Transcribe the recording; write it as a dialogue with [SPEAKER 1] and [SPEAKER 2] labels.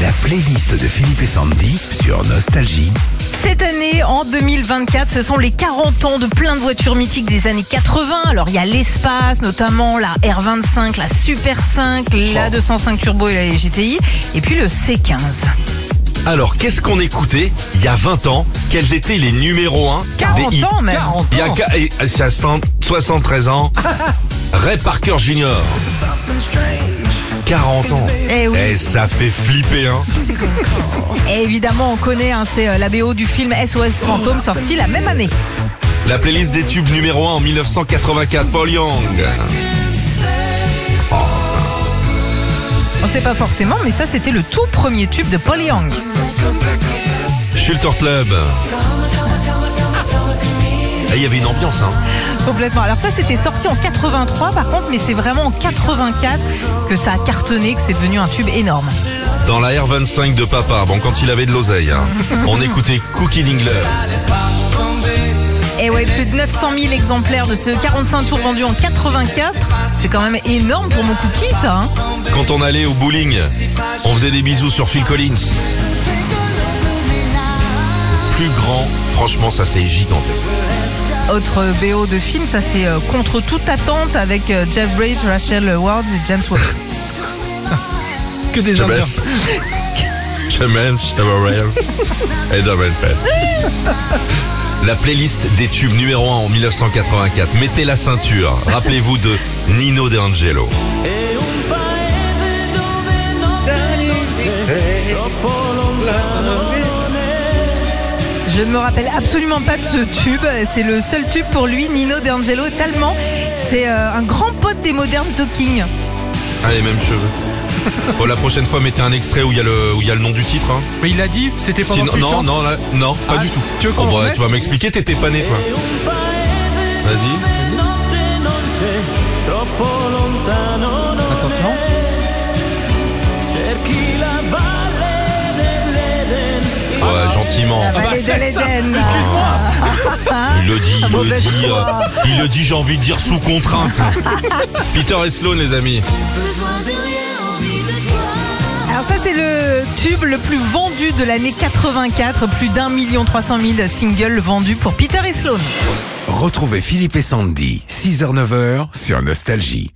[SPEAKER 1] La playlist de Philippe et Sandy sur Nostalgie.
[SPEAKER 2] Cette année, en 2024, ce sont les 40 ans de plein de voitures mythiques des années 80. Alors, il y a l'espace, notamment la R25, la Super 5, la 205 Turbo et la GTI, et puis le C15.
[SPEAKER 3] Alors, qu'est-ce qu'on écoutait il y a 20 ans Quels étaient les numéros 1
[SPEAKER 2] 40
[SPEAKER 3] des hits
[SPEAKER 2] ans même
[SPEAKER 3] Il y a ca- et- et ça se tente, 73 ans. Ray Parker Jr. 40 ans.
[SPEAKER 2] Eh oui.
[SPEAKER 3] ça fait flipper, hein.
[SPEAKER 2] Et évidemment, on connaît, hein, c'est euh, la BO du film SOS Fantôme, sorti la même année.
[SPEAKER 3] La playlist des tubes numéro 1 en 1984, Paul Young.
[SPEAKER 2] On sait pas forcément, mais ça, c'était le tout premier tube de Paul Young.
[SPEAKER 3] Schulter Club. Et il y avait une ambiance, hein.
[SPEAKER 2] Complètement. Alors ça, c'était sorti en 83 par contre, mais c'est vraiment en 84 que ça a cartonné, que c'est devenu un tube énorme.
[SPEAKER 3] Dans la R25 de papa, bon, quand il avait de l'oseille, hein, on écoutait Cookie Dingler.
[SPEAKER 2] Et Eh ouais, plus de 900 000 exemplaires de ce 45 tours vendu en 84. C'est quand même énorme pour mon cookie, ça. hein.
[SPEAKER 3] Quand on allait au bowling, on faisait des bisous sur Phil Collins. Plus grand, franchement, ça c'est gigantesque.
[SPEAKER 2] Autre BO de film, ça c'est euh, Contre toute attente avec euh, Jeff Bridges, Rachel Wards et James Woods.
[SPEAKER 4] que des Indiens.
[SPEAKER 3] Chemins, Chemins, Chamarel et Double Pen. La playlist des tubes numéro 1 en 1984. Mettez la ceinture. Rappelez-vous de Nino De Angelo.
[SPEAKER 2] Je ne me rappelle absolument pas de ce tube. C'est le seul tube pour lui, Nino D'Angelo, est allemand. C'est euh, un grand pote des Modern Talking.
[SPEAKER 3] Ah, les mêmes cheveux. Bon, la prochaine fois, mettez un extrait où il y, a le- où il y a le nom du titre. hein.
[SPEAKER 4] Mais il l'a dit, c'était pas
[SPEAKER 3] Sinon- non, non, là- non, pas
[SPEAKER 4] Ah,
[SPEAKER 3] du tout.
[SPEAKER 4] tu veux qu'on
[SPEAKER 3] Bon, bah,
[SPEAKER 4] remette
[SPEAKER 3] tu vas m'expliquer, t'étais pas né, toi. Vas-y.
[SPEAKER 4] Attention.
[SPEAKER 3] Ouais, gentiment.
[SPEAKER 4] bah,
[SPEAKER 2] Vallée de
[SPEAKER 4] c'est
[SPEAKER 2] l'Éden.
[SPEAKER 4] bah,
[SPEAKER 3] Il le dit, il le
[SPEAKER 2] Mauvaise
[SPEAKER 3] dit,
[SPEAKER 2] foi.
[SPEAKER 3] euh, il le dit, j'ai envie de dire sous contrainte. Peter et Sloan, les amis.
[SPEAKER 5] besoin de rien, envie de toi.
[SPEAKER 2] Alors ça c'est le tube le plus vendu de l'année 84, plus d'un million trois cent mille singles vendus pour Peter et Sloan.
[SPEAKER 1] Retrouvez Philippe et Sandy, 6h-9h sur Nostalgie.